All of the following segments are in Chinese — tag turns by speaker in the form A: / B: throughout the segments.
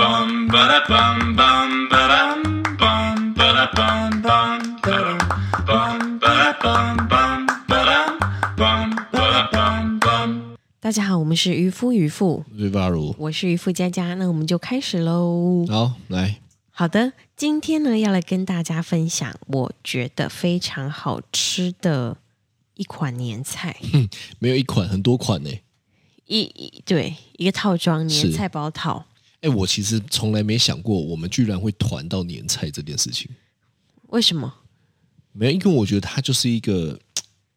A: bum ba da bum bum ba dum bum ba da bum bum ba dum bum ba da bum bum ba dum bum ba da bum bum.
B: 大家好，我们是渔夫渔妇，
C: 瑞巴如，
B: 我是渔夫佳佳，那我们就开始喽。
C: 好，来，
B: 好的，今天呢要来跟大家分享我觉得非常好吃的一款年菜，
C: 没有一款，很多款呢、
B: 一一对一个套装年
C: 是
B: 菜包套。
C: 哎，我其实从来没想过，我们居然会团到年菜这件事情。
B: 为什么？
C: 没有，因为我觉得它就是一个，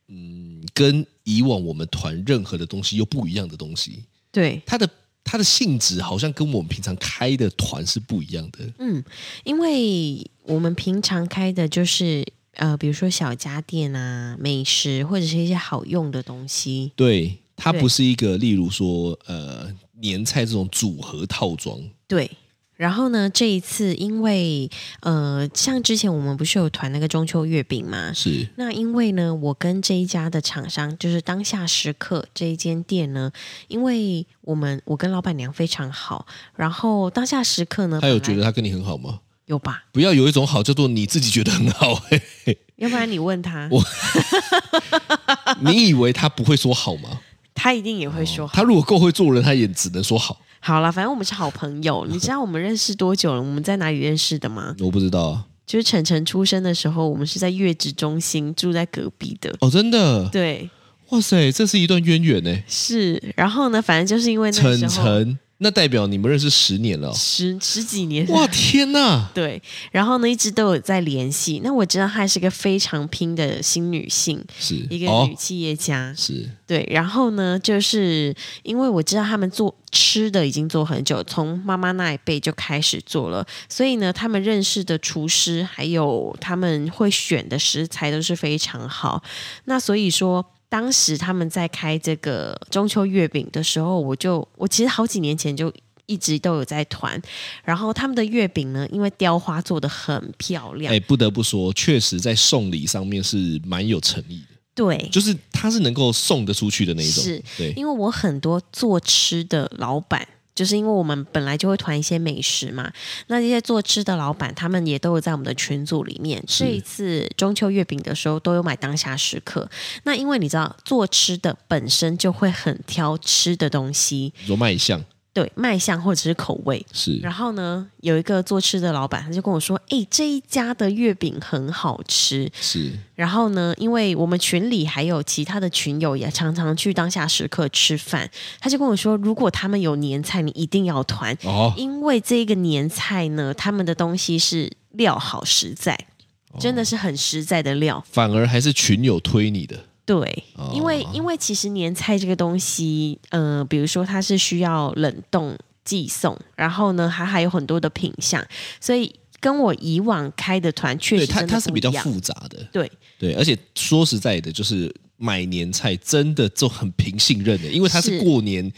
C: 嗯，跟以往我们团任何的东西又不一样的东西。
B: 对，
C: 它的它的性质好像跟我们平常开的团是不一样的。
B: 因为我们平常开的就是呃，比如说小家电啊、美食或者是一些好用的东西。
C: 对，它
B: 对
C: 不是一个，例如说，呃，年菜这种组合套装。
B: 对。然后呢？这一次，因为呃，像之前我们不是有团那个中秋月饼嘛，
C: 是
B: 那因为呢，我跟这一家的厂商，就是当下时刻这一间店呢，因为我们我跟老板娘非常好，然后当下时刻呢，
C: 他有
B: 本来
C: 觉得他跟你很好吗？
B: 有吧？
C: 不要有一种好叫做你自己觉得很好、 嘿嘿
B: 要不然你问他，
C: 你以为他不会说好吗？
B: 他一定也会说好。
C: 他如果够会做人，他也只能说好。
B: 好了，反正我们是好朋友。你知道我们认识多久了？我们在哪里认识的吗？
C: 我不知道啊
B: 就是晨晨出生的时候，我们是在月子中心住在隔壁的。
C: 哦，真的，
B: 对，
C: 哇塞，这是一段渊源呢。
B: 是。然后呢，反正就是因为那个时
C: 晨
B: 候
C: 晨，那代表你们认识十年了哦、
B: 十十几年，
C: 哇，天哪！
B: 对，然后呢，一直都有在联系。那我知道她是个非常拼的新女性，
C: 是
B: 一个
C: 哦
B: 女，企业家。
C: 是
B: 对，然后呢，就是因为我知道他们做吃的已经做很久，从妈妈那一辈就开始做了，所以呢，他们认识的厨师还有他们会选的食材都是非常好。那所以说。当时他们在开这个中秋月饼的时候，我就我其实好几年前就一直都有在团，然后他们的月饼呢，因为雕花做的很漂亮，
C: 哎，不得不说，确实在送礼上面是蛮有诚意的，
B: 对，
C: 就是他是能够送得出去的那一种。
B: 是
C: 对，
B: 因为我很多做吃的老板，就是因为我们本来就会团一些美食嘛，那这些做吃的老板，他们也都有在我们的群组里面。这一次中秋月饼的时候，都有买当下时刻。那因为你知道，做吃的本身就会很挑吃的东西，
C: 你说卖相
B: 对卖相或者是口味。
C: 是
B: 然后呢，有一个做吃的老板，他就跟我说：“诶，这一家的月饼很好吃。”
C: 是
B: 然后呢，因为我们群里还有其他的群友也常常去当下时刻吃饭，他就跟我说，如果他们有年菜，你一定要团，
C: 哦，
B: 因为这个年菜呢，他们的东西是料好实在，
C: 哦
B: 真的是很实在的料。
C: 反而还是群友推你的
B: 对，
C: 哦
B: 因为因为其实年菜这个东西，呃，比如说它是需要冷冻寄送，然后呢，它还有很多的品相，所以跟我以往开的团确
C: 对
B: 实
C: 它
B: 真的
C: 它是
B: 不
C: 比较
B: 一样
C: 复杂的，
B: 对。
C: 对，而且说实在的，就是买年菜真的就很凭信任欸的，因为它是
B: 是
C: 过年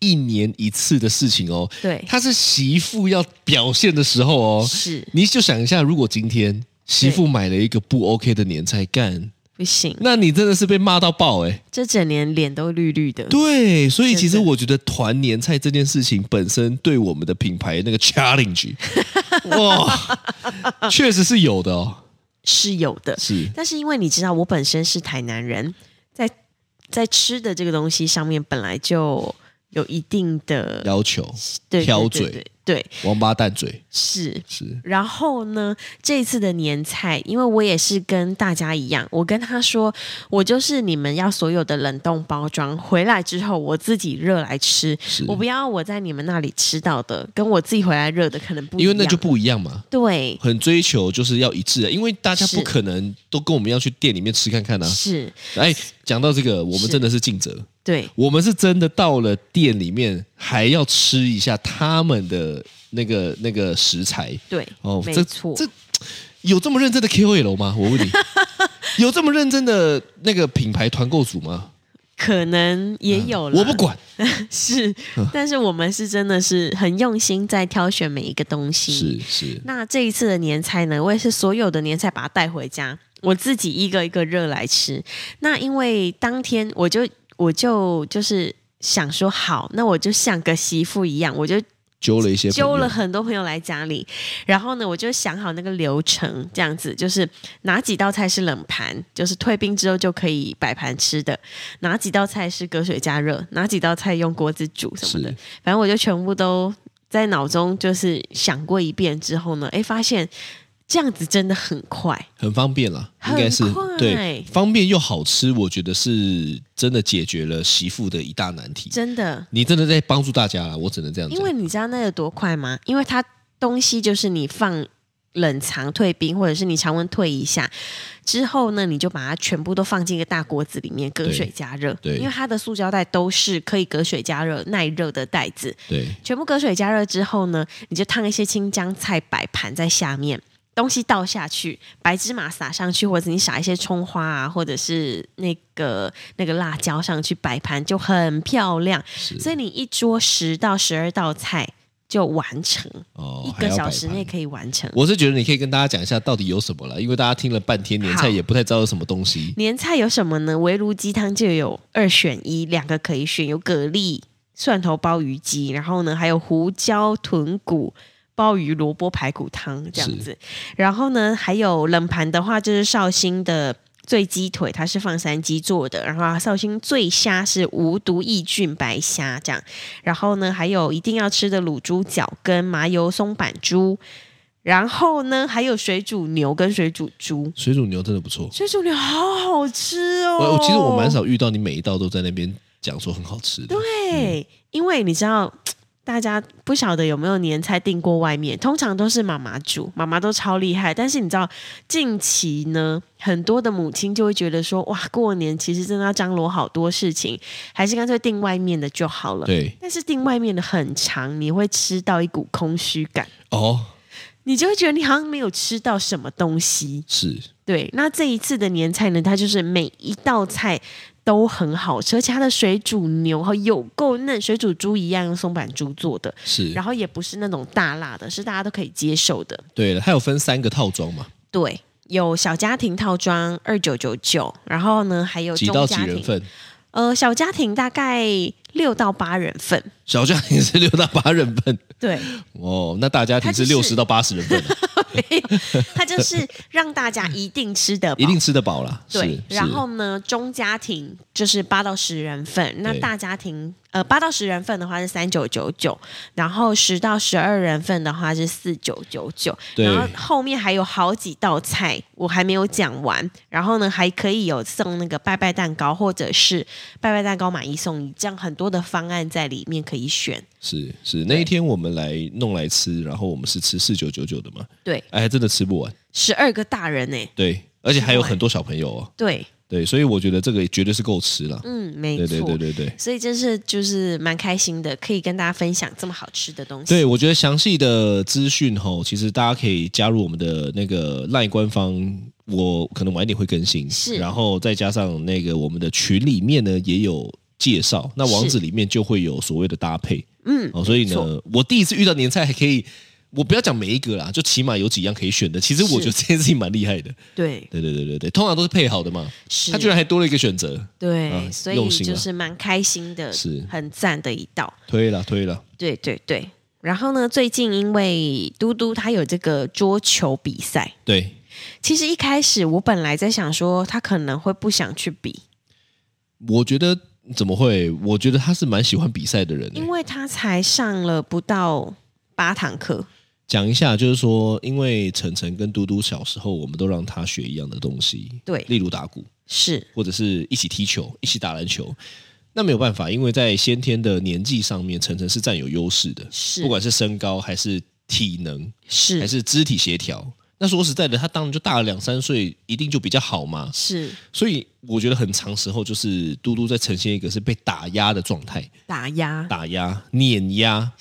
C: 一年一次的事情哦。
B: 对
C: 它是媳妇要表现的时候哦。
B: 是
C: 你就想一下，如果今天媳妇买了一个不 OK 的年菜干，
B: 不行，
C: 那你真的是被骂到爆哎、
B: 这整年脸都绿绿的。
C: 对，所以其实
B: 嗯真的
C: 我觉得团年菜这件事情本身对我们的品牌那个 challenge，哇，确实是有的哦。
B: 是有的。
C: 是
B: 但是因为你知道，我本身是台南人，在在吃的这个东西上面本来就有一定的
C: 要求
B: 对
C: 挑
B: 对对
C: 嘴
B: 对对
C: 王八蛋嘴
B: 是。
C: 是
B: 然后呢，这一次的年菜，因为我也是跟大家一样，我跟他说，我就是你们要所有的冷冻包装回来之后，我自己热来吃，
C: 是，
B: 我不要我在你们那里吃到的，跟我自己回来热的可能不一
C: 因
B: 样，
C: 为那就不一样嘛，
B: 对。
C: 很追求就是要一致啊的，因为大家
B: 是
C: 不可能都跟我们一样去店里面吃看看啊。
B: 是
C: 哎，讲到这个，我们
B: 是
C: 真的是尽责，
B: 对，
C: 我们是真的到了店里面还要吃一下他们的那个那个食材
B: 对，
C: 哦，
B: 没
C: 这
B: 错，
C: 这有这么认真的 KOL 吗？我 问你，有这么认真的那个品牌团购组吗？
B: 可能也有了、
C: 嗯我不管，嗯
B: 是，但是我们是真的是很用心在挑选每一个东西。
C: 是是
B: 那这一次的年菜呢，我也是所有的年菜把它带回家，我自己一个一个热来吃。那因为当天我就我就就是想说，好，那我就像个媳妇一样，我就
C: 揪了一些朋友，
B: 揪了很多朋友来家里，然后呢，我就想好那个流程，这样子就是哪几道菜是冷盘，就是退冰之后就可以摆盘吃的；哪几道菜是隔水加热，哪几道菜用锅子煮什么的
C: 是。
B: 反正我就全部都在脑中就是想过一遍之后呢，哎，发现这样子真的很快。
C: 很方便啦，应
B: 很
C: 该是
B: 快
C: 对方便又好吃，我觉得是真的解决了媳妇的一大难题。
B: 真的，
C: 你真的在帮助大家啦，我只能这样讲
B: 因。为你知道那有多快吗？因为它东西就是你放冷藏退冰，或者是你常温退一下之后呢，你就把它全部都放进一个大锅子里面，隔水加热。
C: 对
B: 因为它的塑胶袋都是可以隔水加热、耐热的袋子，
C: 对，
B: 全部隔水加热之后呢，你就烫一些青江菜摆盘在下面。东西倒下去，白芝麻撒上去，或者你撒一些葱花啊，或者是那个那个辣椒上去摆盘，就很漂亮。
C: 是
B: 所以你一桌十到十二道菜就完成，
C: 哦
B: 一
C: 还
B: 个
C: 要摆
B: 小
C: 盘
B: 时内可以完成。
C: 我是觉得你可以跟大家讲一下到底有什么了，因为大家听了半天年
B: 好
C: 菜也不太知道有什么东西。
B: 年菜有什么呢？围炉鸡汤就有二选一，两个可以选，有蛤蜊、蒜头鲍鱼鸡，然后呢还有胡椒豚骨。鲍鱼萝卜排骨汤这样子，然后呢，还有冷盘的话，就是绍兴的醉鸡腿，它是放山鸡做的，然后绍兴醉虾是无毒抑菌白虾这样，然后呢，还有一定要吃的卤猪脚跟麻油松板猪，然后呢，还有水煮牛跟水煮猪，
C: 水煮牛真的不错，
B: 水煮牛好好吃哦！
C: 我我其实我蛮少遇到你每一道都在那边讲说很好吃的。
B: 对，嗯因为你知道，大家不晓得有没有年菜订过外面，通常都是妈妈煮，妈妈都超厉害。但是你知道，近期呢，很多的母亲就会觉得说，哇，过年其实真的要张罗好多事情，还是干脆订外面的就好了。
C: 对
B: 但是订外面的很长，你会吃到一股空虚感，
C: 哦，
B: 你就会觉得你好像没有吃到什么东西。
C: 是
B: 对，那这一次的年菜呢，它就是每一道菜都很好吃，而且它的水煮牛和有够嫩，水煮猪一样用松板猪做的，
C: 是
B: 然，后也不是那种大辣的，是大家都可以接受的。
C: 对了，它有分三个套装嘛，
B: 对，有小家庭套装二九九九，然后呢还有
C: 几
B: 中
C: 到几
B: 家
C: 人
B: 庭，
C: 份？
B: 呃，小家庭大概六到八人份。
C: 小家庭是六到八人份
B: 对，
C: 哦，那大家庭是
B: 它就
C: 六
B: 是
C: 十到八十人份啊，
B: 它就是让大家一定吃得饱，
C: 一定吃得饱啦。
B: 对，
C: 是
B: 然
C: 是
B: 后呢，中家庭就是八到十人份，那
C: 对
B: 大家庭呃八到十人份的话是三九九九，然后十到十二人份的话是四九九九，
C: 对
B: 然后后面还有好几道菜我还没有讲完，然后呢还可以有送那个拜拜蛋糕或者是拜拜蛋糕买一送一，这样很多的方案在里面可以选。
C: 是是，那一天我们来弄来吃，然后我们是吃四九九九的嘛，
B: 对，
C: 哎，还真的吃不完，
B: 十二个大人呢、
C: 对，而且还有
B: 吃不完
C: 很多小朋友哦，
B: 对，
C: 对，所以我觉得这个绝对是够吃了。
B: 嗯，没
C: 对
B: 错，
C: 对对对对。
B: 所以真是就是蛮开心的，可以跟大家分享这么好吃的东西。
C: 对，我觉得详细的资讯吼，其实大家可以加入我们的那个赖官方，我可能晚一点会更新，
B: 是
C: 然后再加上那个我们的群里面呢也有介绍，那网址里面就会有所谓的搭配，
B: 嗯
C: 哦，所以
B: 没
C: 呢，我第一次遇到年菜还可以，我不要讲每一个啦，就起码有几样可以选的，其实我觉得这件事情蛮厉害的，
B: 对，
C: 对对对对对，通常都是配好的嘛，
B: 是，
C: 他居然还多了一个选择，
B: 对，
C: 啊
B: 所
C: 用
B: 以
C: 心
B: 就
C: 了
B: 是蛮开心的，
C: 是
B: 很赞的一道。
C: 推了推了，
B: 对对对。然后呢，最近因为嘟嘟他有这个桌球比赛，
C: 对，
B: 其实一开始我本来在想说他可能会不想去比，
C: 我觉得怎么会？我觉得他是蛮喜欢比赛的人、欸，
B: 因为他才上了不到八堂课。
C: 讲一下，就是说，因为晨晨跟嘟嘟小时候，我们都让他学一样的东西，
B: 对
C: 例如打鼓，
B: 是
C: 或者是一起踢球、一起打篮球。那没有办法，因为在先天的年纪上面，晨晨是占有优势的，
B: 是，
C: 不管是身高还是体能，
B: 是
C: 还是肢体协调。那说实在的，他当然就大了两三岁，一定就比较好嘛。
B: 是
C: 所以我觉得很长时候就是嘟嘟在呈现一个是被打压的状态，
B: 打压，
C: 打压、碾压，那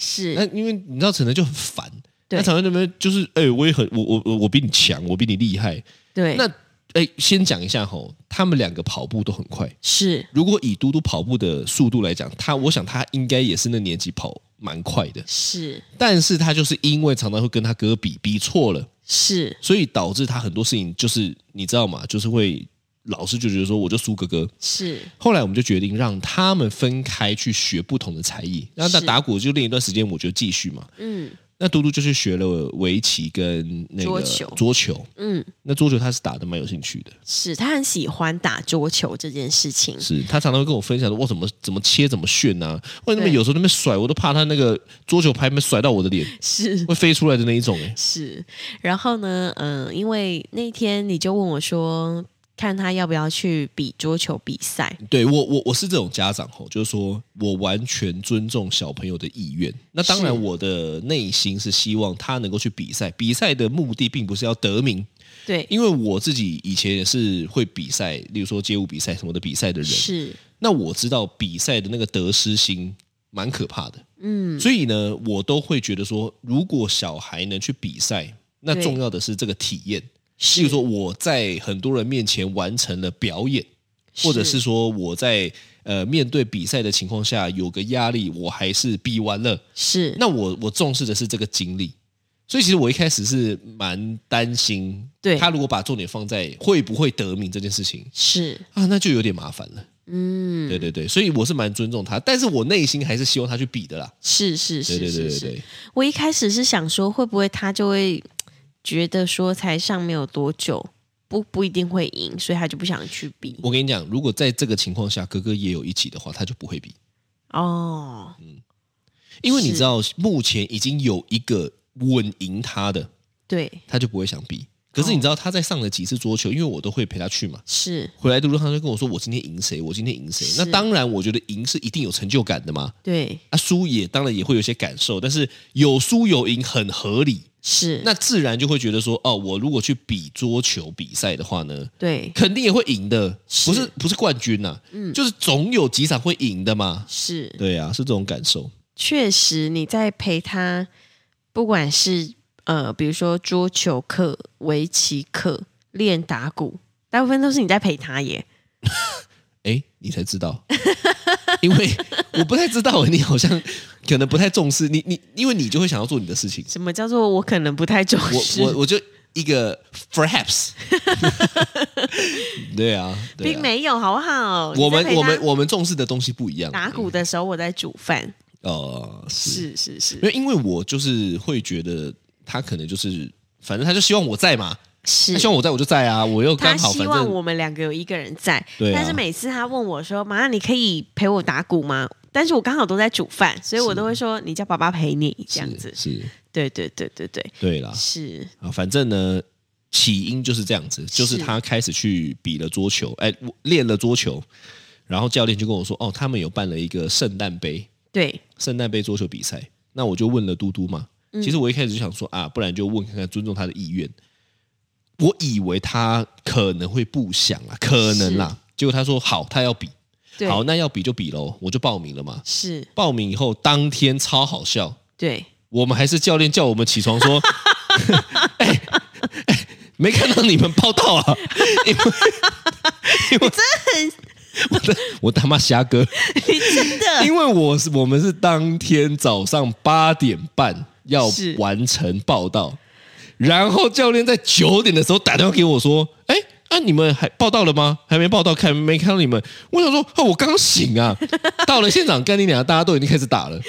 B: 是
C: 因为你知道，陈晨就很烦，
B: 对
C: 那常常那边就是，哎、我也很，我我我我比你强，我比你厉害。
B: 对，
C: 那哎、先讲一下吼，他们两个跑步都很快。
B: 是
C: 如果以嘟嘟跑步的速度来讲，他我想他应该也是那年纪跑蛮快的，
B: 是
C: 但是他就是因为常常会跟他哥比，比错了，
B: 是
C: 所以导致他很多事情就是你知道吗？就是会老师就觉得说我就苏哥哥。
B: 是
C: 后来我们就决定让他们分开去学不同的才艺。那那
B: 是
C: 打鼓就练一段时间，我就继续嘛。
B: 嗯
C: 那嘟嘟就去学了围棋跟那个
B: 桌球
C: 桌球
B: 嗯，
C: 那桌球他是打的蛮有兴趣的，
B: 是他很喜欢打桌球这件事情，
C: 是他常常会跟我分享说，我怎么怎么切怎么旋啊，或者那边
B: 对
C: 有时候那边甩，我都怕他那个桌球拍没甩到我 的脸，
B: 是
C: 会飞出来的那一种、欸。
B: 是，然后呢，嗯、因为那一天你就问我说，看他要不要去比桌球比赛，
C: 对我我我是这种家长吼，就是说我完全尊重小朋友的意愿。那当
B: 是
C: 然，我的内心是希望他能够去比赛，比赛的目的并不是要得名，
B: 对，
C: 因为我自己以前也是会比赛，例如说街舞比赛什么的比赛的人，
B: 是，
C: 那我知道比赛的那个得失心蛮可怕的，
B: 嗯，
C: 所以呢，我都会觉得说，如果小孩能去比赛，那
B: 对
C: 重要的是这个体验。
B: 是，
C: 例如说，我在很多人面前完成了表演，或者是说我在呃面对比赛的情况下有个压力，我还是比完了。
B: 是，
C: 那我我重视的是这个经历，所以其实我一开始是蛮担心，
B: 对
C: 他如果把重点放在会不会得名这件事情
B: 是，
C: 啊，那就有点麻烦了。
B: 嗯，
C: 对对对，所以我是蛮尊重他，但是我内心还是希望他去比的啦。
B: 是是
C: 对
B: 是
C: 对对
B: 是
C: 对
B: 是。
C: 对，
B: 我一开始是想说，会不会他就会觉得说才上没有多久，不不一定会赢，所以他就不想去比。
C: 我跟你讲，如果在这个情况下，哥哥也有一起的话，他就不会比，
B: 哦，
C: 因为你
B: 是
C: 知道目前已经有一个稳赢他的，
B: 对，
C: 他就不会想比。可是你知道他在上了几次桌球，因为我都会陪他去嘛，
B: 是，
C: 回来的路上就跟我说：“我今天赢谁？我今天赢谁？”
B: 是
C: 那当然，我觉得赢是一定有成就感的嘛。
B: 对，
C: 啊，输也当然也会有一些感受，但是有输有赢很合理，
B: 是，
C: 那自然就会觉得说：“哦，我如果去比桌球比赛的话呢，
B: 对，
C: 肯定也会赢的，
B: 是
C: 不是不是冠军呐、啊就是总有几场会赢的嘛。
B: 是，
C: 对啊，是这种感受。
B: 确实你在陪他，不管是呃，比如说桌球课、围棋课、练打鼓，大部分都是你在陪他耶。
C: 哎，你才知道， 因为我不太知道，你好像可能不太重视你你，因为你就会想要做你的事情。
B: 什么叫做我可能不太重视？
C: 我我我就一个 perhaps，对啊，对啊
B: 并没有，好不好？你在
C: 我们
B: 陪
C: 我
B: 他
C: 们我们重视的东西不一样。
B: 打鼓的时候我在煮饭，
C: 呃，是
B: 是是是
C: 因为因为我就是会觉得他可能就是，反正他就希望我在嘛，
B: 是
C: 他希望我在我就在啊，我又
B: 他
C: 刚好
B: 希
C: 反
B: 望
C: 正
B: 我们两个有一个人在，
C: 对啊
B: 但是每次他问我说：“妈，你可以陪我打鼓吗？”但是我刚好都在煮饭，所以我都会说：“你叫爸爸陪你。”这样子，
C: 是是，
B: 对对对对对，
C: 对啦
B: 是
C: 啊，反正呢，起因就是这样子，就是
B: 是
C: 他开始去比了桌球，哎，我练了桌球，然后教练就跟我说，哦，他们有办了一个圣诞杯，
B: 对
C: 圣诞杯桌球比赛，那我就问了嘟嘟嘛，
B: 嗯
C: 其实我一开始就想说啊，不然就问看看，尊重他的意愿，我以为他可能会不想啊，可能啦，结果他说好，他要比，
B: 对，
C: 好，那要比就比喽，我就报名了嘛，
B: 是，
C: 报名以后当天超好笑，
B: 对
C: 我们还是教练叫我们起床说， 哎哎，没看到你们报道啊，因为因为我的我他妈瞎哥，
B: 你真的
C: 因为我是我们是当天早上八点半要
B: 是
C: 完成报道，然后教练在九点的时候打电话给我说，哎。啊！你们还报道了吗？还没报道，看没看到你们？我想说，哦、我刚 醒啊，到了现场，干你俩，大家都已经开始打了，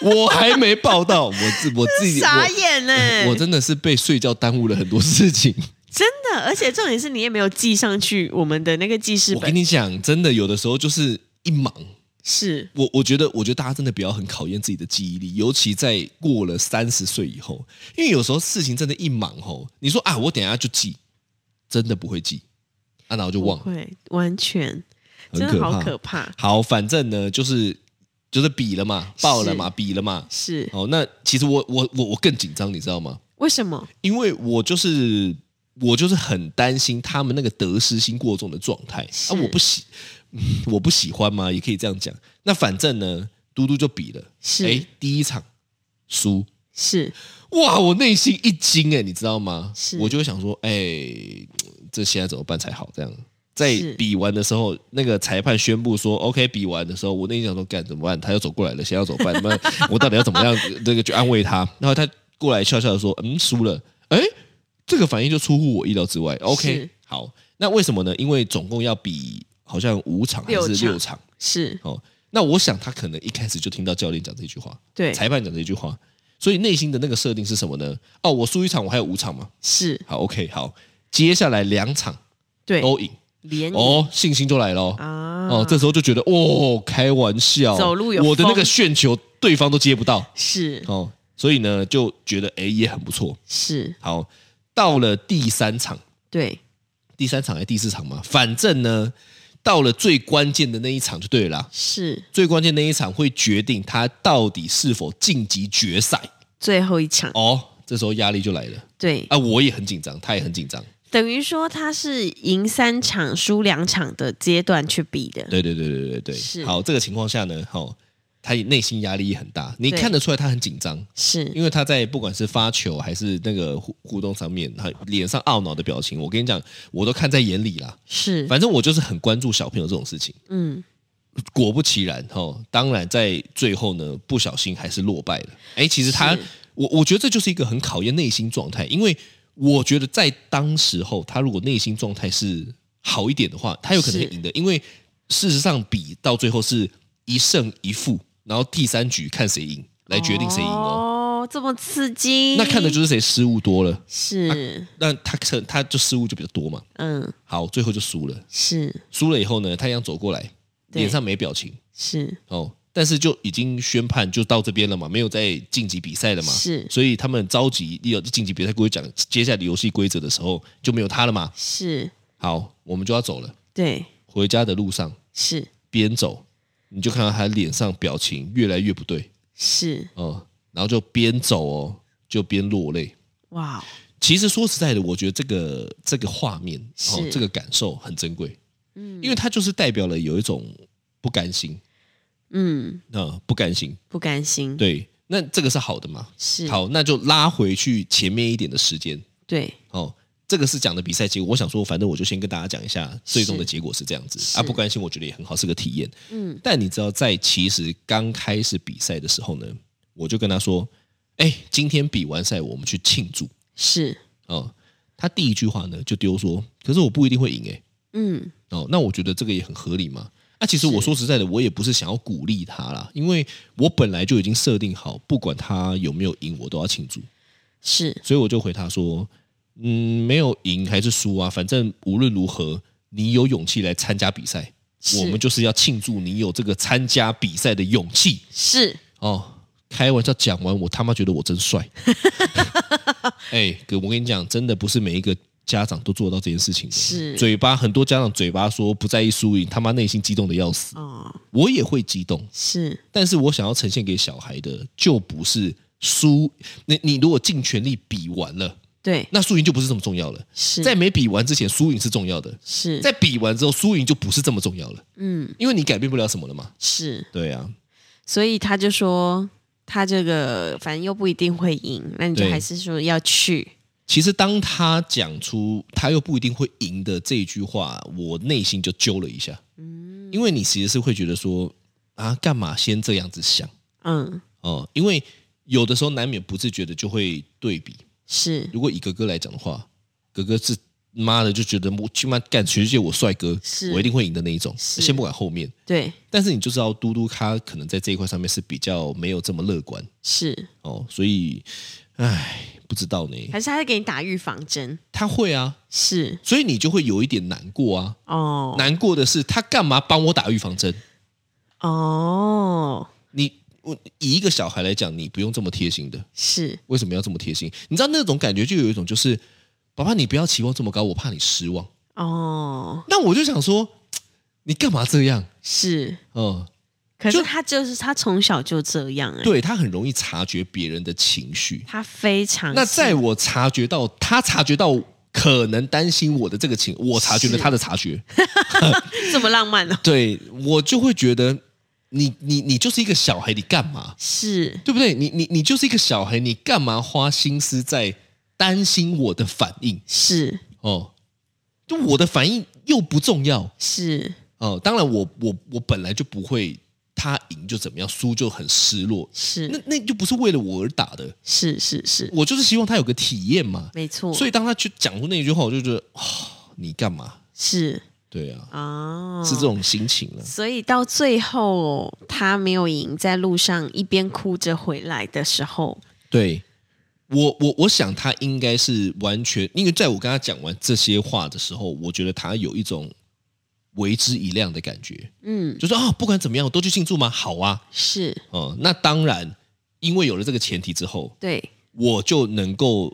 C: 我还没报道，我自我自己
B: 傻
C: 我
B: 眼呢，
C: 我真的是被睡觉耽误了很多事情。
B: 真的，而且重点是你也没有记上去我们的那个记事
C: 我跟
B: 本，
C: 你讲，真的有的时候就是一忙。
B: 是
C: 我我觉得，我觉得大家真的不要很考验自己的记忆力，尤其在过了三十岁以后，因为有时候事情真的，一忙吼，你说啊，我等一下就记，真的不会记，啊，然后就
B: 不
C: 忘了，
B: 会完全，
C: 很
B: 真
C: 可
B: 的
C: 怕。
B: 好可怕，
C: 好，反正呢，就是就是比了嘛，报了
B: 是
C: 嘛，比了嘛。
B: 是
C: 哦，那其实我我我我更紧张，你知道吗？
B: 为什么？
C: 因为我就是我就是很担心他们那个得失心过重的状态啊
B: 是，
C: 我不喜、 嗯我不喜欢吗？也可以这样讲。那反正呢，嘟嘟就比了，
B: 是
C: 诶第一场输，
B: 是
C: 哇，我内心一惊哎、诶你知道吗
B: 是？
C: 我就会想说，哎、嗯这现在怎么办才好？这样。在
B: 是
C: 比完的时候，那个裁判宣布说 “OK”，比完的时候，我内心想说：“干怎么办？他又走过来了，现在要怎么办？ 那我到底要怎么样？这个去安慰他？”然后他过来笑笑的说：“嗯，输了。”哎，这个反应就出乎我意料之外。OK，好，那为什么呢？因为总共要比好像五场还
B: 六
C: 是
B: 场
C: 六场
B: 是
C: 哦。那我想他可能一开始就听到教练讲这句话，
B: 对，
C: 裁判讲这句话，所以内心的那个设定是什么呢？哦，我输一场，我还有五场嘛。
B: 是
C: 好，OK，好，接下来两场
B: 对，
C: 都赢，
B: 连赢
C: 哦，信心就来了哦。
B: 啊，
C: 哦，这时候就觉得哦，开玩笑，
B: 走路有
C: 我的那个
B: 风
C: 旋球，对方都接不到
B: 是
C: 哦，所以呢就觉得哎也很不错。
B: 是，
C: 好，到了第三场，
B: 对，
C: 第三场还是第四场嘛，反正呢到了最关键的那一场就对了啦。
B: 是
C: 最关键那一场会决定他到底是否晋级决赛
B: 最后一场，
C: 哦。这时候压力就来了
B: 对，
C: 啊！我也很紧张，他也很紧张。
B: 等于说他是赢三场输两场的阶段去比的，
C: 对对对对对
B: 是
C: 对。好，这个情况下呢，哦，他也内心压力也很大，你
B: 对
C: 看得出来他很紧张。
B: 是
C: 因为他在不管是发球还是那个互互动上面，他脸上懊恼的表情，我跟你讲，我都看在眼里啦。
B: 是，
C: 反正我就是很关注小朋友这种事情。
B: 嗯，
C: 果不其然，哈、当然在最后呢，不小心还是落败了。哎，其实他
B: 是，
C: 我我觉得这就是一个很考验内心状态，因为我觉得在当时候，他如果内心状态是好一点的话，他有可能
B: 是
C: 赢的，因为事实上比到最后是一胜一负，然后第三局看谁赢来决定谁赢哦。
B: 哦，这么刺激，
C: 那看的就是谁失误多了，
B: 是，
C: 那他可他就失误就比较多嘛。
B: 嗯，
C: 好，最后就输了，
B: 是
C: 输了以后呢，他一样走过来，
B: 对
C: 脸上没表情
B: 是
C: 哦，但是就已经宣判就到这边了嘛，没有再晋级比赛了嘛。
B: 是
C: 所以他们召集有晋级比赛规则讲接下来的游戏规则的时候就没有他了嘛。
B: 是，
C: 好，我们就要走了，
B: 对，
C: 回家的路上
B: 是
C: 边走你就看到他脸上表情越来越不对
B: 是，
C: 哦，然后就边走哦就边落泪。
B: 哇哦，
C: 其实说实在的，我觉得这个这个画面，哦
B: 是，
C: 这个感受很珍贵，嗯，因为它就是代表了有一种不甘心，
B: 嗯，
C: 那、不甘心，
B: 不甘心，
C: 对，那这个是好的嘛？
B: 是，
C: 好，那就拉回去前面一点的时间，
B: 对，
C: 哦，这个是讲的比赛结果。我想说，反正我就先跟大家讲一下，最终的结果是这样子
B: 是
C: 啊，不甘心，我觉得也很好，是个体验。
B: 嗯，
C: 但你知道，在其实刚开始比赛的时候呢，我就跟他说，哎，今天比完赛，我们去庆祝。
B: 是，
C: 哦，他第一句话呢就丢说，可是我不一定会赢诶。
B: 嗯，
C: 哦，那我觉得这个也很合理嘛。那、其实我说实在的，我也不是想要鼓励他啦，因为我本来就已经设定好，不管他有没有赢，我都要庆祝。
B: 是
C: 所以我就回他说，嗯，没有赢还是输啊，反正无论如何，你有勇气来参加比赛，
B: 是
C: 我们就是要庆祝你有这个参加比赛的勇气
B: 是，
C: 哦。开玩笑讲完，我他妈觉得我真 帅。哎、哥，我跟你讲，真的不是每一个家长都做得到这件事情的。
B: 是
C: 嘴巴很多家长嘴巴说不在意输赢，他妈内心激动的要死。
B: 哦，
C: 我也会激动，
B: 是
C: 但是我想要呈现给小孩的就不是输。你你如果尽全力比完了，
B: 对，
C: 那输赢就不是这么重要了。
B: 是，
C: 在没比完之前，输赢是重要的；
B: 是，
C: 在比完之后，输赢就不是这么重要了，
B: 嗯，
C: 因为你改变不了什么了嘛。
B: 是，
C: 对啊，
B: 所以他就说他这个反正又不一定会赢，那你就
C: 对
B: 还是说要去，
C: 其实当他讲出他又不一定会赢的这一句话，我内心就揪了一下。
B: 嗯
C: 因为你其实是会觉得说啊，干嘛先这样子想
B: 嗯，
C: 哦、因为有的时候难免不自觉的就会对比。
B: 是
C: 如果以哥哥来讲的话，哥哥是妈的就觉得我去妈干全世界我帅哥
B: 是，
C: 我一定会赢的那一种，
B: 是
C: 先不管后面。
B: 对，
C: 但是你就知道嘟嘟咖可能在这一块上面是比较没有这么乐观
B: 是，
C: 哦，所以，唉，不知道呢，
B: 还是他在给你打预防针，
C: 他会啊，
B: 是
C: 所以你就会有一点难过啊。
B: 哦
C: 难过的是他干嘛帮我打预防针？
B: 哦，
C: 你我以一个小孩来讲，你不用这么贴心的，
B: 是
C: 为什么要这么贴心？你知道那种感觉就有一种就是，爸爸你不要期望这么高，我怕你失望。
B: 哦
C: 那我就想说，嘖你干嘛这样？
B: 是，
C: 嗯，
B: 可是
C: 就
B: 他就是他从小就这样哎、
C: 对他很容易察觉别人的情绪，
B: 他非常
C: 那
B: 是
C: 在我察觉到他察觉到可能担心我的这个情，我察觉了
B: 是
C: 他的察觉，
B: 这么浪漫哦，
C: 对我就会觉得你你你就是一个小孩，你干嘛？
B: 是
C: 对不对？你你你就是一个小孩，你干嘛花心思在担心我的反应？
B: 是
C: 哦，就我的反应又不重要
B: 是
C: 哦。当然我，我我本来就不会，他赢就怎么样，输就很失落。那
B: 是
C: 那就不是为了我而打的，
B: 是是是，
C: 我就是希望他有个体验嘛。
B: 没错，
C: 啊所以当他去讲出那一句话，我就觉得，哦、你干嘛？
B: 是
C: 对啊，
B: 哦，
C: 是这种心情啊。
B: 所以到最后他没有赢，在路上一边哭着回来的时候，
C: 对我，我我想他应该是完全，因为在我跟他讲完这些话的时候，我觉得他有一种为之一亮的感觉，
B: 嗯，
C: 就是啊，不管怎么样，我都去庆祝吗？好啊，
B: 是
C: 嗯，那当然，因为有了这个前提之后，
B: 对，
C: 我就能够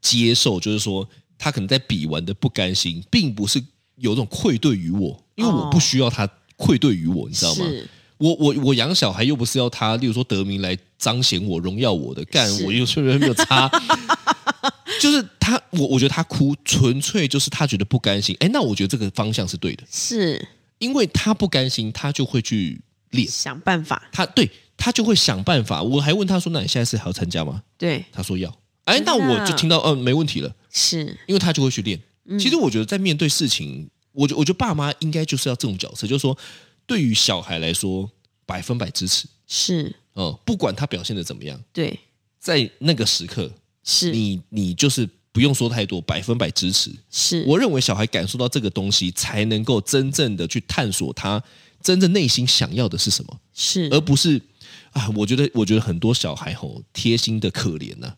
C: 接受，就是说他可能在比完的不甘心，并不是有种愧对于我，因为我不需要他愧对于我，你知道吗？
B: 哦是
C: 我我我养小孩又不是要他，例如说得名来彰显我、荣耀我的，干
B: 是
C: 我又确实没有差。 就是他，我我觉得他哭纯粹就是他觉得不甘心。哎，那我觉得这个方向是对的，
B: 是
C: 因为他不甘心，他就会去练，
B: 想办法，
C: 他对他就会想办法。我还问他说：“那你现在是还要参加吗
B: 对，？”
C: 他说要。哎，
B: 真的
C: 那
B: 啊
C: 我就听到，嗯，没问题了，
B: 是
C: 因为他就会去练。
B: 嗯
C: 其实我觉得在面对事情，我觉我觉得爸妈应该就是要这种角色，就是说对于小孩来说，百分百支持。
B: 是，
C: 嗯，不管他表现的怎么样，
B: 对，
C: 在那个时刻，
B: 是
C: 你你就是不用说太多，百分百支持。
B: 是，
C: 我认为小孩感受到这个东西，才能够真正的去探索他真正内心想要的是什么，
B: 是
C: 而不是啊，我觉得我觉得很多小孩吼贴心的可怜呐、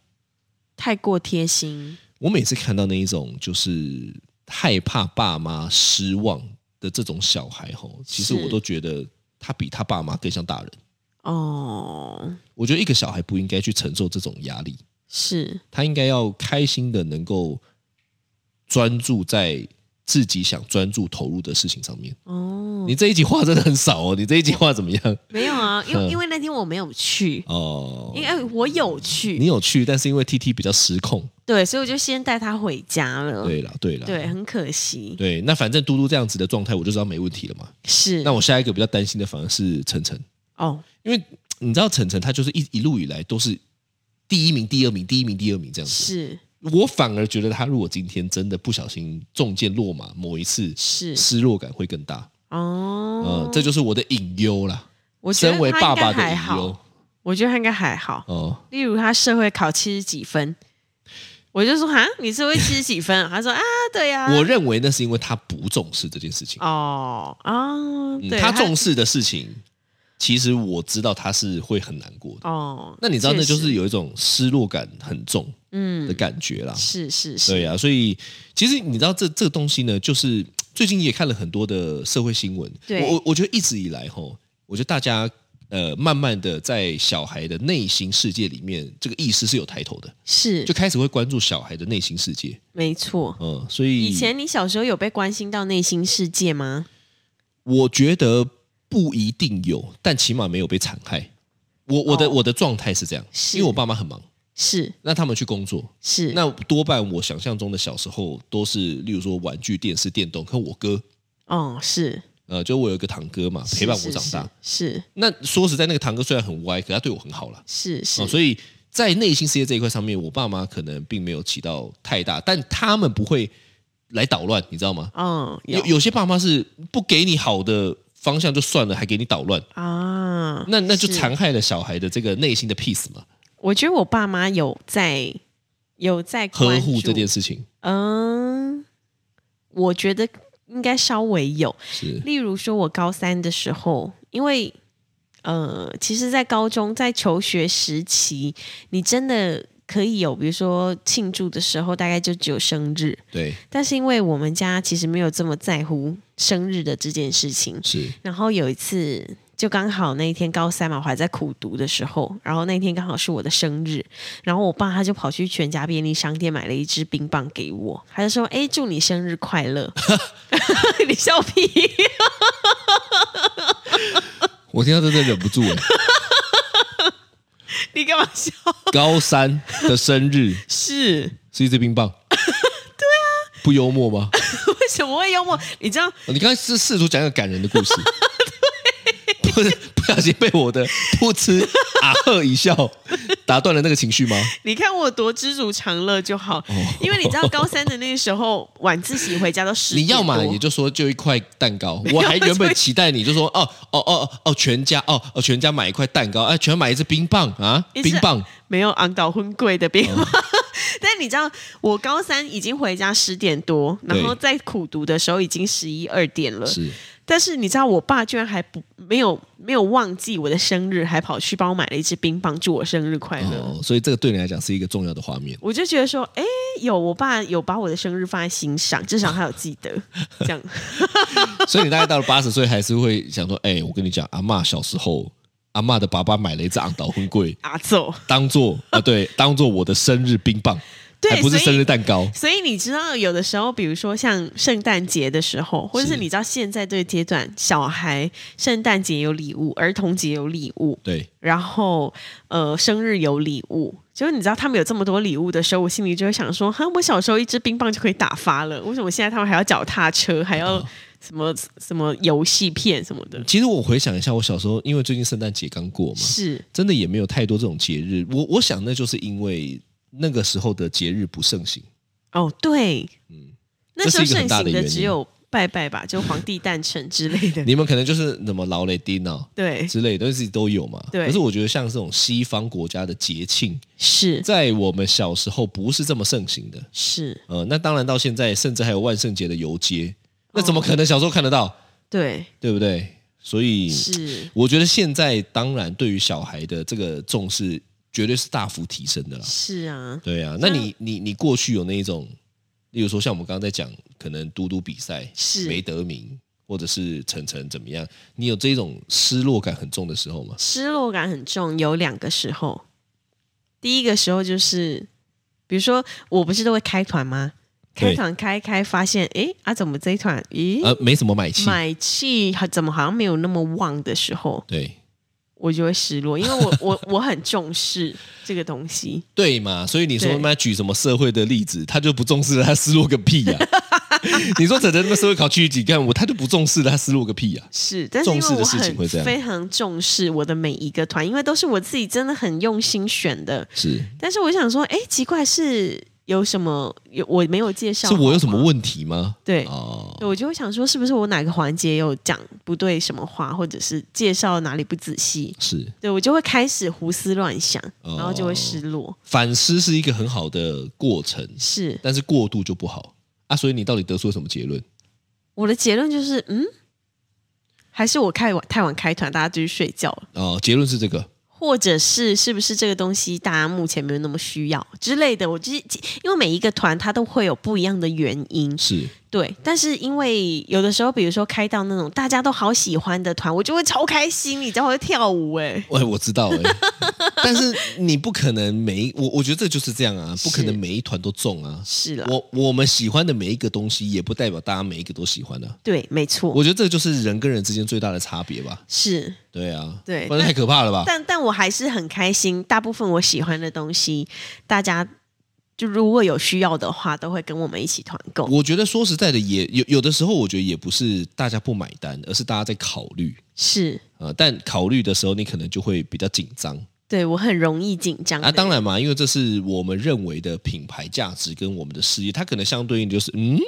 B: 太过贴心，
C: 我每次看到那一种就是害怕爸妈失望的这种小孩吼，其实
B: 是
C: 我都觉得他比他爸妈更像大人。
B: 哦，
C: 我觉得一个小孩不应该去承受这种压力。
B: 是
C: 他应该要开心的能够专注在自己想专注投入的事情上面。
B: 哦，
C: 你这一集话真的很少哦，你这一集话怎么 样？
B: 没有啊，因为因为那天我没有去，
C: 哦
B: 因，为哎我有去
C: 你，有去，但是因为 T T 比较失控，
B: 对，所以我就先带他回家了，
C: 对啦，对啦，
B: 嗯对，很可惜，
C: 对那反正嘟嘟这样子的状态，我就知道没问题了嘛。
B: 是
C: 那我下一个比较担心的反而是晨晨，
B: 哦，
C: 因为你知道晨晨他就是一一路以来都是第一名、第二名、第一名、第二名这样子。
B: 是
C: 我反而觉得他如果今天真的不小心中箭落马，某一次
B: 是
C: 失落感会更大。
B: 哦
C: 嗯，，这就是我的隐忧啦。
B: 我觉得
C: 身为
B: 他
C: 爸
B: 应该
C: 爸的
B: 还
C: 隐忧
B: 好，，我觉得他应该还好。
C: 哦，
B: 例如他社会考七十几分，我就说哈，你社会七十几分啊？ 他说啊，对呀、
C: 我认为那是因为他不重视这件事情。
B: 哦啊，
C: 嗯
B: 对，
C: 他重视的事情，其实我知道他是会很难过的。
B: 哦，
C: 那你知道，
B: 确
C: 那就
B: 实
C: 是有一种失落感很重，嗯的感觉啦。
B: 是是是，
C: 对呀、所以其实你知道这这东西呢，就是最近也看了很多的社会新闻。
B: 对
C: 我我我觉得一直以来吼，我觉得大家呃慢慢的在小孩的内心世界里面，这个意识是有抬头的。
B: 是
C: 就开始会关注小孩的内心世界。
B: 没错。
C: 嗯，所以
B: 以前你小时候有被关心到内心世界吗？
C: 我觉得不一定有，但起码没有被残害。我我的、
B: 哦
C: 我的状态是这样，
B: 是
C: 因为我爸妈很忙，
B: 是
C: 那他们去工作，
B: 是，
C: 那多半我想象中的小时候都是，例如说玩具、电视、电动。可我哥，
B: 哦是
C: 呃，就我有一个堂哥嘛，
B: 是
C: 陪伴
B: 是
C: 我长大。
B: 是
C: 那说实在，那个堂哥虽然很歪，可他对我很好啦。
B: 是是
C: 哦，
B: 是，
C: 所以在内心世界这一块上面，我爸妈可能并没有起到太大，但他们不会来捣乱，你知道吗？
B: 嗯
C: 有有些爸妈是不给你好的方向就算了，还给你捣乱，
B: 啊，
C: 那哦那就是残害了小孩的这个内心的 peace 嘛，
B: 我觉得我爸妈有在有在
C: 呵
B: 关
C: 护
B: 注
C: 这件事情
B: 嗯，我觉得应该稍微有。
C: 是
B: 例如说，我高三的时候，因为呃，其实，在高中在求学时期，你真的可以有，比如说庆祝的时候，大概就只有生日。
C: 对，
B: 但是因为我们家其实没有这么在乎生日的这件事情，
C: 是
B: 然后有一次，就刚好那一天高三嘛，我还在苦读的时候，然后那天刚好是我的生日，然后我爸他就跑去全家便利商店买了一支冰棒给我，他就说：“哎，祝你生日快乐！” 你笑屁！
C: 我听到这真的忍不住 了。
B: 你干嘛笑？
C: 高三的生日
B: 是
C: 是一支冰棒， 对啊，不幽默吗？哦
B: 为什么会幽默？你知道
C: 你刚才是试图讲一个感人的故 事，不是不小心被我的噗嗤啊呵一笑打断了那个情绪吗？
B: 你看我多知足常乐就好，
C: 哦
B: 因为你知道高三的那个时候晚自习回家都十
C: 你要
B: 点
C: 嘛
B: 多
C: 也就说就一块蛋糕， 我还原本期待你就说哦哦哦哦全家哦哦全家买一块蛋糕，哎、全家买一支冰棒啊
B: 一只
C: 冰棒，哦
B: 没有昂岛婚贵的冰棒，但 但你知道，我高三已经回家十点多，然后在苦读的时候已经十一二点了。
C: 是
B: 但是你知道，我爸居然还不没有没有忘记我的生日，还跑去帮我买了一支冰棒，祝我生日快乐。
C: 哦，所以这个对你来讲是一个重要的 画面。
B: 我就觉得说，哎，有我爸有把我的生日放在心上，至少他有记 得这样。
C: 所以你大概到了八十岁，还是会想说，哎、我跟你讲，阿嬷小时候，阿嬷的爸爸买了一只昂岛婚柜，
B: 阿奏，
C: 当做啊，对，当做我的生日冰棒，
B: 对
C: 还不
B: 所
C: 是
B: 以
C: 生日蛋糕。
B: 所以你知道，有的时候，比如说像圣诞节的时候，或者是
C: 是
B: 你知道现在这个阶段，小孩圣诞节有礼物，儿童节有礼物，
C: 对，
B: 然后呃生日有礼物，就是你知道他们有这么多礼物的时候，我心里就会想说，哈，我小时候一支冰棒就可以打发了，为什么现在他们还要脚踏车，还要什么什么游戏片什么的？
C: 其实我回想一下，我小时候，因为最近圣诞节刚过嘛，
B: 是
C: 真的也没有太多这种节日。我我想那就是因为那个时候的节日不盛行，
B: 哦，对，嗯，那时候
C: 这是一个
B: 盛
C: 很大的
B: 行的
C: 原因
B: 只有拜拜吧，就皇帝诞辰之类的，
C: 你们可能就是什么劳雷丁啊
B: 对，
C: 之类的东西都有嘛。
B: 对
C: 可是我觉得像这种西方国家的节庆，
B: 是
C: 在我们小时候不是这么盛行的。
B: 是，
C: 呃，那当然到现在，甚至还有万圣节的游街，
B: 哦
C: 那怎么可能小时候看得到？
B: 对，
C: 对不对？所以
B: 是
C: 我觉得现在当然对于小孩的这个重视，绝对是大幅提升的啦。
B: 是啊，
C: 对啊，那你你你过去有那一种，例如说像我们刚刚在讲，可能嘟嘟比赛
B: 是
C: 没得名，或者是晨晨怎么样，你有这种失落感很重的时候吗？
B: 失落感很重，有两个时候。第一个时候就是，比如说我不是都会开团吗？
C: 对
B: 开团开一开，发现诶啊，怎么这一团咦、
C: 呃，没什么买气，
B: 买气好怎么好像没有那么旺的时候，
C: 对
B: 我就会失落，因为我我我很重视这个东西。
C: 对嘛，所以你说
B: 对
C: 妈举什么社会的例子，他就不重视了，他失落个屁 呀、你说晨晨那个社会考区几干，我他就不重视了，他失落个屁呀、
B: 是，但是因为
C: 重视
B: 我
C: 的事情
B: 很
C: 会这样
B: 非常重视我的每一个团，因为都是我自己真的很用心选的。
C: 是
B: 但是我想说，诶，奇怪是有什么有我没有介绍
C: 是
B: 好吗？
C: 我有什么问题吗？
B: 对
C: 哦，
B: 对，我就会想说，是不是我哪个环节有讲不对什么话，或者是介绍哪里不仔细？
C: 是
B: 对我就会开始胡思乱想，
C: 哦
B: 然后就会失落。
C: 反思是一个很好的过程，
B: 是
C: 但是过度就不好啊。所以你到底得出了什么结论？
B: 我的结论就是，嗯，还是我开晚太晚开团，大家就去睡觉了，
C: 哦，结论是这个，
B: 或者是是不是这个东西大家目前没有那么需要之类的。我就是因为每一个团它都会有不一样的原因，
C: 是
B: 对。但是因为有的时候，比如说开到那种大家都好喜欢的团，我就会超开心，你知道我会跳舞哎、
C: 我我 知道哎、但是你不可能每一我我觉得这就是这样啊，不可能
B: 是
C: 每一团都中啊。
B: 是了，
C: 我我们喜欢的每一个东西，也不代表大家每一个都喜欢啊。
B: 对，没错。
C: 我觉得这就是人跟人之间最大的差别吧。
B: 是，
C: 对啊，
B: 对
C: 不然太可怕了吧？
B: 但但我还是很开心。大部分我喜欢的东西，大家就如果有需要的话，都会跟我们一起团购。
C: 我觉得说实在的也，有有的时候，我觉得也不是大家不买单，而是大家在考虑
B: 是
C: 啊、呃但考虑的时候，你可能就会比较紧张
B: 对我很容易紧张
C: 啊。
B: 的
C: 当然嘛，因为这是我们认为的品牌价值跟我们的事业，它可能相对应就是嗯。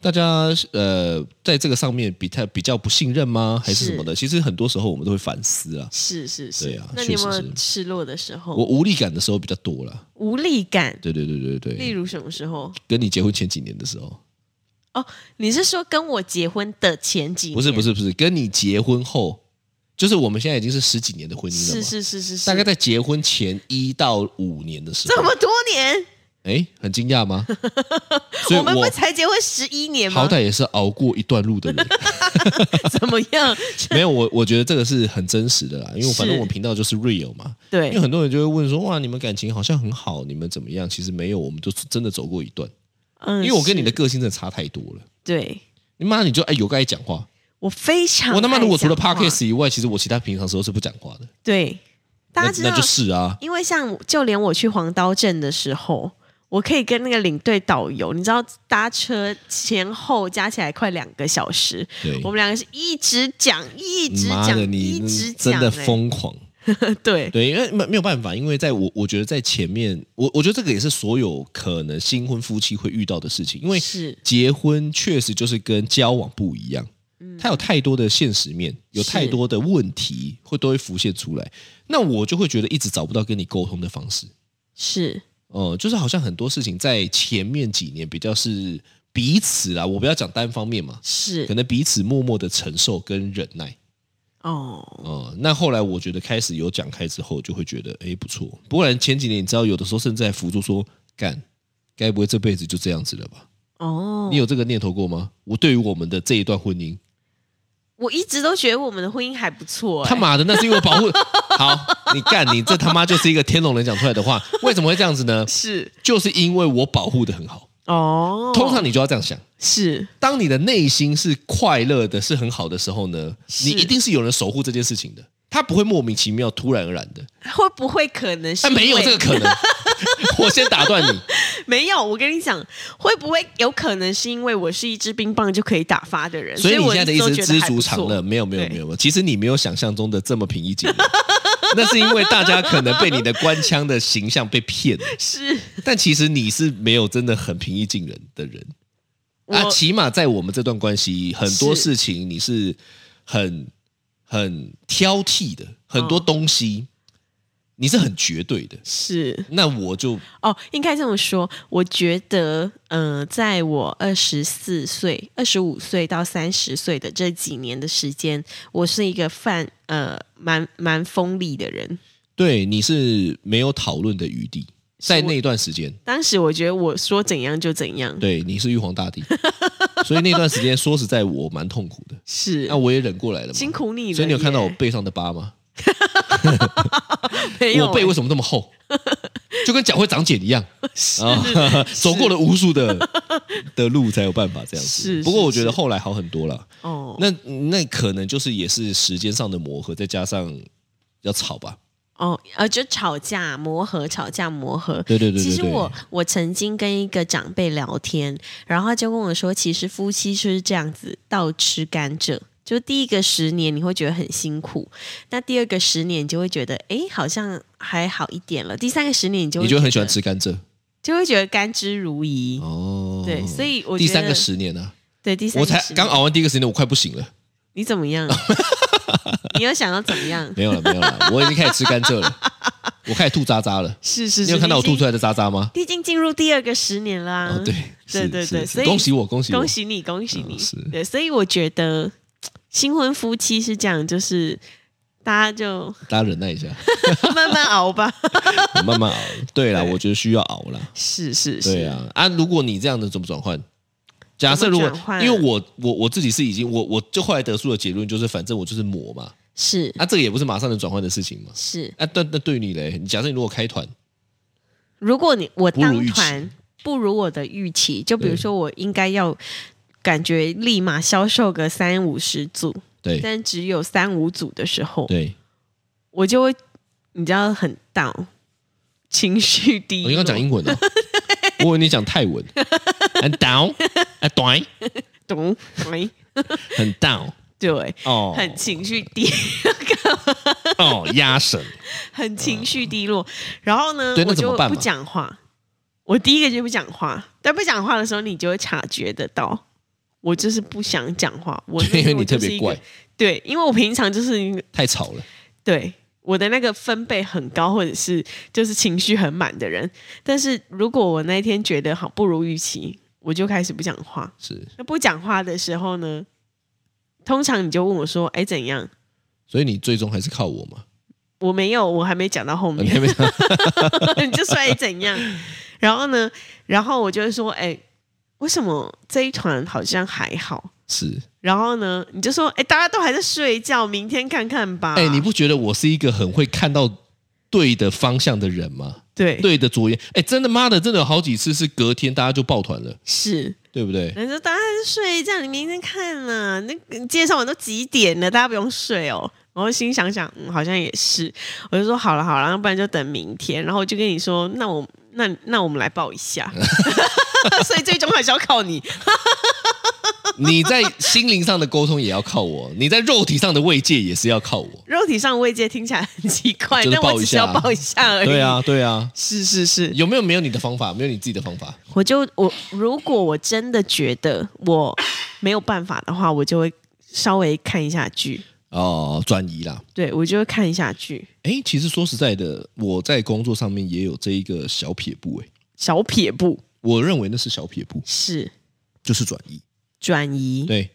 C: 大家呃，在这个上面比他比较不信任吗？还是什么的？其实很多时候我们都会反思啊。
B: 是是是
C: 对啊
B: 那你有没
C: 确实
B: 有
C: 是
B: 失落的时
C: 我
B: 候？
C: 无力感的时候比较多啦。
B: 无力感，
C: 对对对对
B: 例
C: 对，
B: 如什么时候？
C: 跟你结婚前几年的时候，
B: 哦，你是说跟我结婚的前几年？
C: 不是不
B: 是，
C: 是不是，跟你结婚后，就是我们现在已经是十几年的婚姻了嘛。
B: 是是是是是，
C: 大概在结婚前一到五年的时
B: 这
C: 候，
B: 么多年，
C: 哎，很惊讶 吗？所以
B: 我们不
C: 我
B: 是才结婚十一年吗？
C: 好歹也是熬过一段路的人。
B: 怎么样？
C: 没有，我我觉得这个是很真实的啦，因为反正
B: 是
C: 我们频道就是 real 嘛。因为
B: 对
C: 很多人就会问说，哇，你们感情好像很好，你们怎么样？其实没有，我们都是真的走过一段。
B: 嗯，
C: 因为我跟你的
B: 是
C: 个性真的差太多了。
B: 对。
C: 你妈，你就哎有个爱讲话。
B: 我非常
C: 我他妈
B: 爱
C: 如果除了
B: 讲话
C: podcast 以外，其实我其他平常时候是不讲话的。
B: 对，大
C: 那
B: 家知道，
C: 那就是啊，
B: 因为像我就连我去黄刀镇的时候，我可以跟那个领队导游，你知道搭车前后加起来快两个小时，
C: 对
B: 我。们两个是一直讲，一直
C: 妈
B: 讲
C: 的，，你
B: 一直讲、
C: 真的
B: 欸，
C: 疯狂。
B: 对，
C: 对，因为没没有办法，因为在我我觉得在前面，我我觉得这个也是所有可能新婚夫妻会遇到的事情，因为
B: 是
C: 结婚确实就是跟交往不一样，它有太多的现实面，有
B: 是
C: 太多的问题会都会浮现出来，那我就会觉得一直找不到跟你沟通的方式。
B: 是
C: 呃，就是好像很多事情在前面几年比较是彼此啦，我不要讲单方面嘛，可
B: 是
C: 能彼此默默的承受跟忍耐。
B: 哦，
C: 嗯，那后来我觉得开始有讲开之后，就会觉得哎不错。不然前几年你知道，有的时候甚至还辅助说干，该不会这辈子就这样子了吧？
B: 哦
C: 你，有这个念头过吗？我对于我们的这一段婚姻，
B: 我一直都觉得我们的婚姻还不错、欸。
C: 他妈的，那是因为我保护好你干，你这他妈就是一个天龙人讲出来的话。为什么会这样子呢？
B: 欸是
C: 就是因为我保护的很好。
B: 哦，
C: 通常你就要这样想：
B: 是
C: 当你的内心是快乐的、是很好的时候呢，
B: 是
C: 你一定是有人守护这件事情的，他不会莫名其妙、突然而然的。
B: 会不会可能是
C: 他
B: 因为
C: 哎没有这个可能。我先打断你，
B: 没有，我跟你讲，会不会有可能是因为我是一支冰棒就可以打发的人？
C: 所以你
B: 我
C: 现在的意
B: 直
C: 思
B: 都
C: 是
B: 觉得
C: 知
B: 还
C: 足
B: 不
C: 常
B: 错
C: 乐，没有没有
B: 对
C: 没有，其实你没有想象中的这么平易近人。 那是因为大家可能被你的官腔的形象被骗了，
B: 是
C: 但其实你是没有真的很平易近人的人
B: 我、
C: 啊。起码在我们这段关系，很多
B: 是
C: 事情你是很很挑剔的，很
B: 嗯
C: 多东西、你是很绝对的。
B: 是
C: 那我就
B: 哦，应该这么说。我觉得，呃，在我二十四岁、二十五岁到三十岁的这几年的时间，我是一个犯呃蛮蛮锋利的人。
C: 对你是没有讨论的余地，在那段时间，
B: 当时我觉得我说怎样就怎样，
C: 对你是玉皇大帝， 所以那段时间说实在我蛮痛苦的，
B: 是
C: 那我也忍过来了嘛。
B: 辛苦你了耶。
C: 所以你有看到我背上的疤吗？
B: 没有
C: 我背
B: 欸
C: 为什么这 么厚？就跟蒋会长茧一样，啊， 走过了无 数的的路才有办法这样子。
B: 是
C: 不过
B: 是
C: 我觉
B: 是
C: 得后来好很多了。
B: 哦
C: 那那可能就是也是时间上的磨合，再加上要吵吧。
B: 哦，呃，就吵架磨合，吵架磨合。
C: 对对对对
B: 其实
C: 对
B: 我我曾经跟一个长辈聊天，然后他就跟我说，其实夫妻就是这样子，倒吃甘蔗。就第一个十年你会觉得很辛苦，那第二个十年你就会觉得，哎，好像还好一点了。第三个十年你就会
C: 你
B: 觉
C: 就会
B: 得
C: 很喜欢，吃甘蔗
B: 就会觉得甘之如饴。
C: 哦。
B: 对所以我
C: 第
B: 觉得
C: 三个十年呢、
B: 对，第三
C: 我
B: 个
C: 才
B: 十年
C: 刚熬完第一个十年，我快不行了。
B: 你怎么 样？你有想要怎么样？
C: 没有了，没有了，我已经开始吃甘蔗了，我开始吐 渣渣了。
B: 是是是，
C: 你有看到我吐出
B: 来？
C: 来的渣渣吗？
B: 毕竟进入第二个十年啊啦、
C: 哦，对，是
B: 嗯对对
C: 是
B: 对
C: 是
B: 所以
C: 恭喜我，恭喜我，
B: 恭喜你，恭喜你。
C: 嗯是
B: 对，所以我觉得新婚夫妻是这样，就是大家 就
C: 大家忍耐一下，
B: 慢慢熬吧。
C: 慢 慢熬。对啦，
B: 对
C: 我觉得需要熬啦。
B: 是是是，
C: 对啊，啊，如果你这样的怎么转换？假设如果
B: 怎么转，换
C: 因为我我我自己是已经我我就后来得出的结论就是，反正我就是磨嘛，
B: 是
C: 啊，这个也不是马上能转换的事情嘛。
B: 是。
C: 啊，但那对于你嘞，你假设你如果开团，
B: 如果你我
C: 不如
B: 当
C: 预期
B: 团不如我的预期，就比如
C: 对
B: 说我应该要感觉立马销售个三五十组，
C: 对
B: 但只有三五组的时候，
C: 对，
B: 我就会你知道很 down，情绪低
C: 我刚刚讲
B: 落
C: 英文 哦，我以为你讲泰文，and down，啊 down，
B: 懂？ 哎
C: 很 down，
B: 对，
C: 哦
B: 很情绪低。
C: 哦压神，
B: 很情绪低落。然后呢
C: 对，那
B: 我
C: 怎么
B: 就
C: 办
B: 不
C: 嘛
B: 讲话。我第一个就不讲话，但不讲话的时候，你就会察觉得到，我就是不想讲话。我
C: 就因为你特别
B: 怪
C: 怪，，
B: 对，因为我平常就是一个
C: 太吵了。
B: 对我的那个分贝很高，或者是就是情绪很满的人。但是如果我那一天觉得好不如预期，我就开始不讲话。
C: 是，
B: 那不讲话的时候呢，通常你就问我说：“哎，怎样？”
C: 所以你最终还是靠我嘛？
B: 我没有，我还没讲到后面
C: 哦你。 还没
B: 你就摔怎样？然后呢，然后我就会说，哎、为什么这一团好像还好？
C: 是？
B: 然后呢，你就说，哎、大家都还在睡觉，明天看看吧。
C: 哎、你不觉得我是一个很会看到对的方向的人吗？
B: 对
C: 对的着眼，哎、真的妈的，真的有好几次是隔天大家就抱团了，
B: 是，
C: 对 不对？
B: 人家说大家还在睡觉，你明天看啦、那个介绍完都几点了，大家不用睡哦。然后心想想，嗯，好像也是。我就说好了好了，要不然就等明天。然后我就跟你说，那我那那我们来报一下。 所以最终还是要靠你。
C: 你在心灵上的沟通也要靠我，你在肉体上的慰藉也是要靠 我。
B: 肉体上慰藉听起来很奇怪，
C: 就是
B: 但我
C: 抱一
B: 只是要
C: 下
B: 抱一下而已。
C: 对，啊，对啊，
B: 是是是，
C: 有没有没有你的方法？没有你自己的方法？
B: 我就我如果我真的觉得我没有办法的话，我就会稍微看一下剧。
C: 哦转移啦。
B: 对我就会看一下剧，
C: 哎，其实说实在的，我在工作上面也有这一个小撇步、哎，
B: 小撇步
C: 我认为那是小撇步，
B: 是
C: 就是转移。
B: 转移，
C: 对，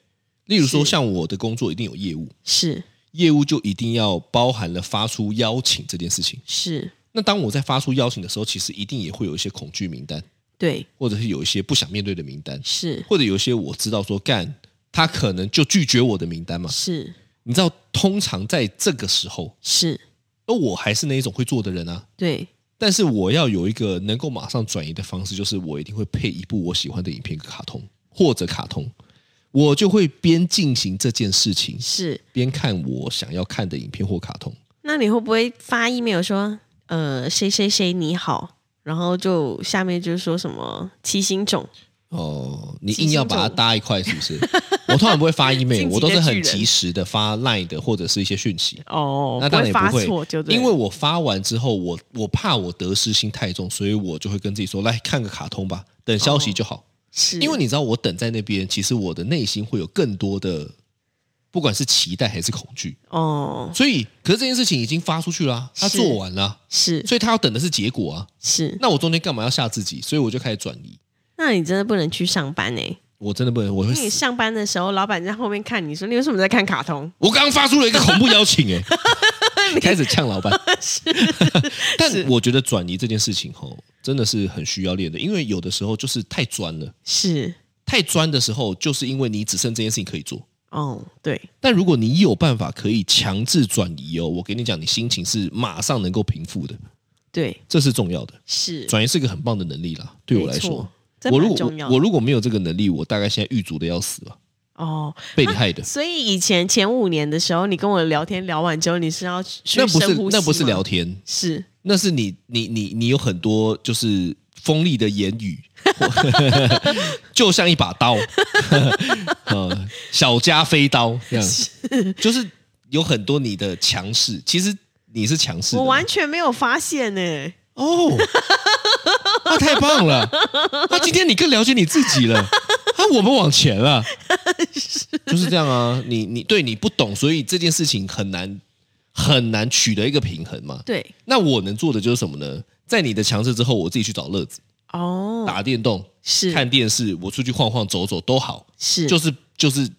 C: 例如说
B: 嗯是
C: 像我的工作一定有业务，
B: 是
C: 业务就一定要包含了发出邀请这件事情。
B: 是，
C: 那当我在发出邀请的时候，其实一定也会有一些恐惧名单，
B: 对
C: 或者是有一些不想面对的名单，
B: 是
C: 或者有一些我知道说干他可能就拒绝我的名单嘛。
B: 是
C: 你知道，通常在这个时候，
B: 是，
C: 而我还是那一种会做的人啊。
B: 对
C: 但是我要有一个能够马上转移的方式，就是我一定会配一部我喜欢的影片、卡通或者卡通，我就会边进行这件事情，
B: 是。
C: 边看我想要看的影片或卡通。
B: 那你会不会发 email 说，呃，谁谁谁你好，然后就下面就说什么七星种，
C: 哦，你
B: 即
C: 硬要
B: 兴
C: 把它
B: 种
C: 搭一块，是 不是？我通常不会发 email，
B: 进击
C: 我都
B: 的
C: 是
B: 巨
C: 很
B: 人
C: 及时的发 line 的或者是一些讯息。
B: 哦，
C: 那当然也
B: 发
C: 会
B: 错，就对了，
C: 因为我发完之后，我我怕我得失心太重，所以我就会跟自己说，来看个卡通吧，等消
B: 哦
C: 息就好。
B: 是
C: 因为你知道，我等在那边，其实我的内心会有更多的，不管是期待还是恐惧。
B: 哦，
C: 所以，可是这件事情已经发出去了啊，他
B: 是
C: 做完了啊，
B: 是
C: 所以他要等的是结果啊。
B: 是，
C: 那我中间干嘛要吓自己？所以我就开始转移。
B: 那你真的不能去上班呢、欸
C: 我真的不能，我会
B: 因为你
C: 死。
B: 上班的时候，老板在后面看你说你为什么在看卡通？
C: 我刚刚发出了一个恐怖邀 请、欸，哎，开始呛老板。 但我觉得转移这件事情，吼，真的是很需要练的，因为有的时候就是太专了。
B: 是
C: 太专的时候，就是因为你只剩这件事情可以做。
B: 哦，对，
C: 但如果你有办法可以强制转移哦，我跟你讲，你心情是马上能够平复的，
B: 对，
C: 这是重要的。
B: 是
C: 转移是一个很棒的能力啦，对我来
B: 没错
C: 说，
B: 这
C: 我
B: 蛮
C: 如果
B: 重要
C: 我
B: 的
C: 我如果没有这个能力，我大概现在狱卒的要死了，
B: 哦。
C: 被你害的。
B: 所以以前前五年的时候，你跟我聊天聊完之后，你是要去
C: 那不
B: 深
C: 是
B: 呼吸
C: 那不是
B: 吗
C: 聊天，
B: 是
C: 那是你你你你有很多就是锋利的言语， 就像一把刀， 呃，小家飞刀这样，就是有很多你的强势，其实你是强势的
B: 我
C: 嘛，
B: 完全没有发现呢、欸
C: 哦，那太棒了！那今天你更了解你自己了。那我们往 前了，就是这样啊。你你对你不懂，所以这件事情很难很难取得一个平衡嘛。
B: 对，
C: 那我能做的就是什么呢？在你的强势之后，我自己去找乐子，
B: 哦，
C: 打电动、
B: 是
C: 看电视，我出去晃晃走走都好，
B: 是
C: 就是就是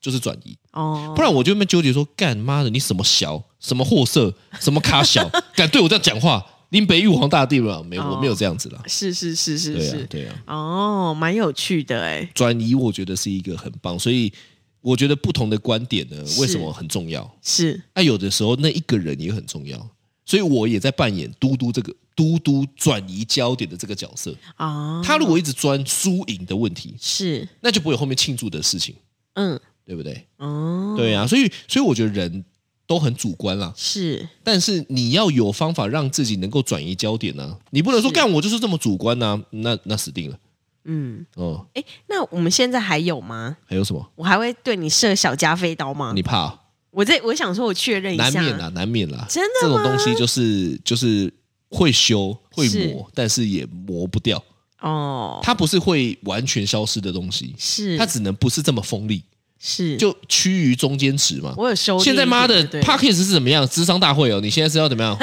C: 就是转移。
B: 哦
C: 不，然我就在那边纠结说，干妈的，你什么小，什么货色，什么咖小，敢对我这样讲话，林北玉皇大帝了没？我没有这样子啦。
B: 是是是哦是
C: 对啊
B: 是，，
C: 对啊，
B: 哦，蛮有趣的哎，
C: 转移我觉得是一个很棒，所以我觉得不同的观点呢，为什么很重要？
B: 是
C: 那、有的时候那一个人也很重要，所以我也在扮演嘟嘟这个嘟嘟转移焦点的这个角色。
B: 啊，
C: 他如果一直钻输赢的问题，
B: 是
C: 那就不会有后面庆祝的事情，
B: 嗯
C: 对不对？
B: 哦，
C: 对啊，所以所以我觉得人都很主观啦，
B: 是
C: 但是你要有方法让自己能够转移焦点呢、啊，你不能说
B: 是
C: 干我就是这么主观呐、啊那那死定了。
B: 嗯，
C: 哦，
B: 哎，那我们现在还有吗？
C: 还有什么？
B: 我还会对你射小加菲刀吗
C: 你？怕啊、
B: 我在我想说，我确嗯认一
C: 难
B: 下，
C: 免啦，啊难免啦。
B: 真的
C: 这种东西就是就是会修会
B: 是
C: 磨，但是也磨不掉。
B: 哦，
C: 它不是会完全消失的东西，
B: 是
C: 它只能不是这么锋利，
B: 是
C: 就趋于中间值嘛。
B: 我有收敛一
C: 现
B: 点，
C: 在妈的
B: 对
C: p a c k a g e 是怎么样？智商大会哦，你现在是要怎么样？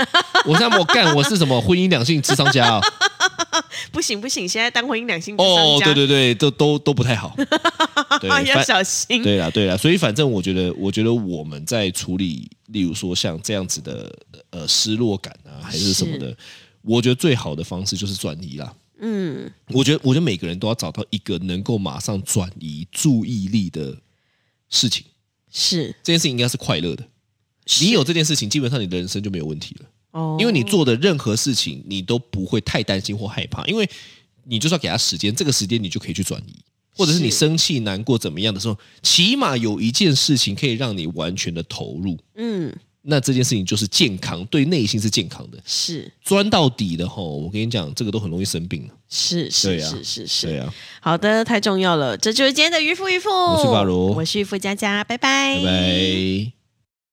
C: 我现在我干，我是什么婚姻两性智商家哦？
B: 不行不行，现在当婚姻两性智商
C: 哦，
B: 家
C: 对对对，都都都不太好。对，
B: 啊，要
C: 反
B: 小心，
C: 对啦，对啦，所以反正我觉得，我觉得我们在处理，例如说像这样子的呃失落感啊，还是什么的，我觉得最好的方式就是转移啦。
B: 嗯，
C: 我觉得，我觉得每个人都要找到一个能够马上转移注意力的事情，
B: 是
C: 这件事情应该是快乐的。你有这件事情，基本上你的人生就没有问题了，
B: 哦，
C: 因为你做的任何事情，你都不会太担心或害怕，因为你就是要给他时间，这个时间你就可以去转移，或者是你
B: 是
C: 生气、难过怎么样的时候，起码有一件事情可以让你完全的投入，
B: 嗯
C: 那这件事情就是健康，对内心是健康的。
B: 是
C: 钻到底的吼，我跟你讲，这个都很容易生病了。
B: 是是
C: 对啊
B: 是是
C: 对
B: 是，
C: 啊，
B: 好的，太重要了，这就是今天的渔夫渔夫，
C: 我是法如
B: 我是渔夫佳佳，拜拜，
C: 拜拜。